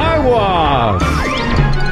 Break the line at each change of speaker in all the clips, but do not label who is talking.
aguas,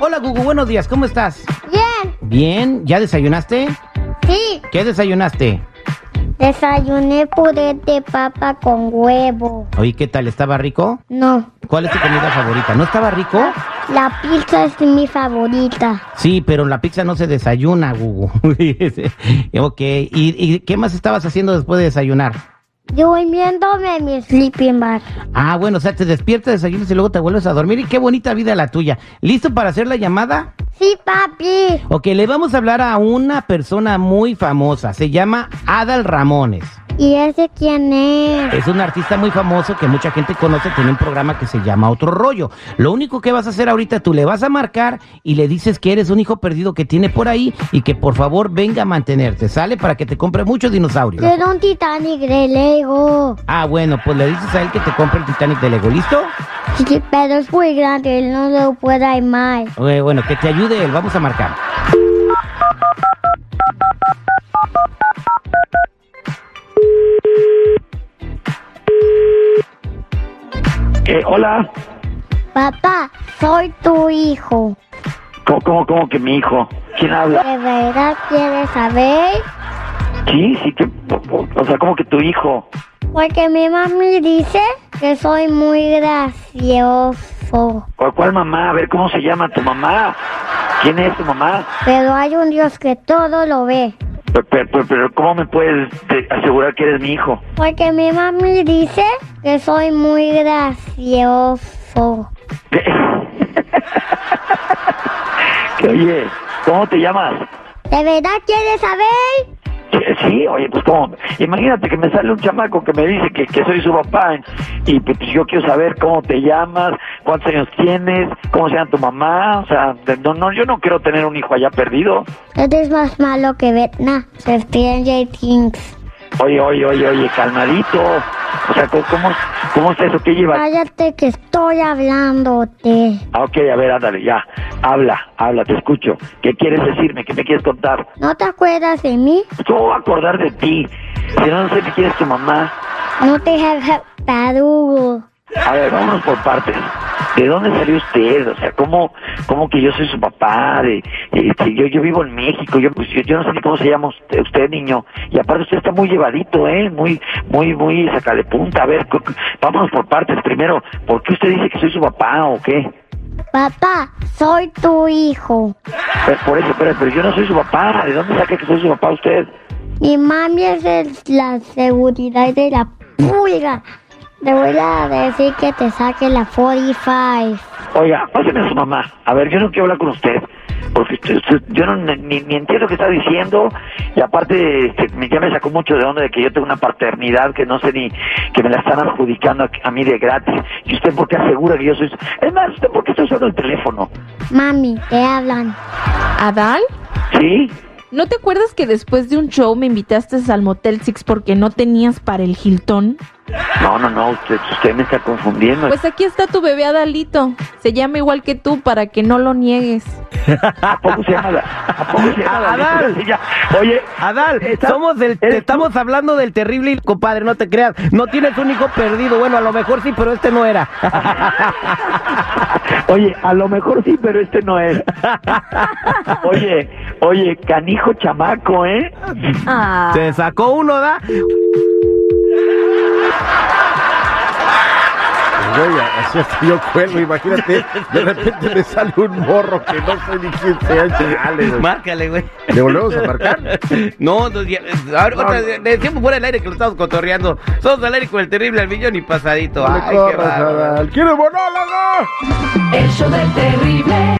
Hola Gugu, buenos días, ¿cómo estás?
Bien,
Bien, ¿ya desayunaste?
sí.
¿Qué desayunaste?
Desayuné puré de papa con huevo.
Oye, ¿qué tal? ¿Estaba rico?
No,
¿Cuál es tu comida favorita? ¿No estaba rico?
la pizza es mi favorita.
Sí, pero la pizza no se desayuna, Gugu. ok, ¿Y, y qué más estabas haciendo después de desayunar?
Durmiéndome en mi sleeping bag.
Ah, bueno, o sea, te despiertas, desayunas y luego te vuelves a dormir. Y qué bonita vida la tuya. ¿Listo para hacer la llamada?
Sí, papi.
Ok, le vamos a hablar a una persona muy famosa. Se llama Adal Ramones.
¿Y ese quién es?
Es un artista muy famoso que mucha gente conoce, tiene un programa que se llama Otro Rollo. Lo único que vas a hacer ahorita, tú le vas a marcar y le dices que eres un hijo perdido que tiene por ahí y que por favor venga a mantenerte, ¿sale? Para que te compre muchos dinosaurios.
Quiero un Titanic de Lego.
Ah, bueno, pues le dices a él que te compre el Titanic de Lego, ¿listo?
Sí, pero es muy grande, él no lo puede armar.
Eh, bueno, que te ayude él, vamos a marcar.
Eh, hola,
Papá, soy tu hijo.
¿Cómo, cómo, cómo que mi hijo? ¿Quién habla?
¿De verdad quieres saber?
Sí, sí, que, o, o sea, como que tu hijo.
Porque mi mami dice que soy muy gracioso.
¿Cuál, ¿Cuál mamá? A ver, ¿cómo se llama tu mamá? ¿Quién es tu mamá?
Pero hay un Dios que todo lo ve.
Pero, pero- pero- pero, ¿cómo me puedes te- asegurar que eres mi hijo?
Porque mi mami dice que soy muy gracioso.
¿Qué? Que, oye, ¿cómo te llamas?
¿De verdad quieres saber?
Sí, Sí, oye, pues cómo. Imagínate que me sale un chamaco que me dice que, que soy su papá y pues yo quiero saber cómo te llamas, cuántos años tienes, cómo se llama tu mamá. O sea, de- no, no, yo no quiero tener un hijo allá perdido.
Eres más malo que Vietnam. Stranger Things.
Oye, oye, oye, oye, calmadito. O sea, ¿cómo, cómo, cómo es eso que lleva?
Cállate que estoy hablándote.
Ah, ok, a ver, ándale, ya. Habla, habla, te escucho. ¿Qué quieres decirme? ¿Qué me quieres contar?
¿No te acuerdas de mí?
¿Cómo voy a acordar de ti? Si no, no sé qué quieres tu mamá.
No te hagas tarugo.
A ver, vámonos por partes. ¿De dónde salió usted? O sea, ¿cómo, cómo que yo soy su papá? De, este, yo, yo vivo en México. Yo, pues, yo, yo no sé ni cómo se llama usted, usted, niño. Y aparte usted está muy llevadito, ¿eh? Muy, muy, muy sacale punta. A ver, cu- cu- vámonos por partes. Primero, ¿por qué usted dice que soy su papá o qué?
Papá, soy tu hijo.
Pero, por eso, pero, pero yo no soy su papá. ¿De dónde saca que soy su papá usted?
Mi mami es el- la seguridad de la pulga. Te voy a decir que te saque la 45.
Oiga, páseme a su mamá. A ver, yo no quiero hablar con usted. Porque usted- usted- yo no, ni, ni entiendo qué está diciendo. Y aparte, este, me- ya me sacó mucho de onda de que yo tengo una paternidad que no sé ni que me la están adjudicando a, a mí de gratis. ¿Y usted por qué asegura que yo soy.? su- Es más, ¿usted por qué está usando el teléfono?
Mami, te hablan.
Adal,
¿Sí?
¿no te acuerdas que después de un show me invitaste al Motel Six porque no tenías para el Hilton?
No, no, no, usted, usted me está confundiendo.
Pues aquí está tu bebé Adalito. Se llama igual que tú para que no lo niegues.
¿A poco se llama? ¿A poco se llama?
Adal.
Ya. Oye,
Adal,
¿estás-
somos del, te
eres
estamos hablando del terrible compadre, no te creas. No tienes un hijo perdido, bueno, a lo mejor sí, pero este no era.
Oye, a lo mejor sí, pero este no es. Oye, oye, canijo chamaco, ¿eh?
Ah.
Se sacó uno, ¿da?
Güey, así hasta yo cuelgo, imagínate, de repente me sale un morro que no sé ni quién sea. Chale, güey.
Márcale, güey.
¿Le volvemos a marcar?
No, no, ya, a ver, otra, le decíamos fuera del aire que lo estamos cotorreando. Somos al aire con el terrible al millón y pasadito.
No le
Ay, qué
corras,
bárbaro.
Adal. ¿Quiere monólogo?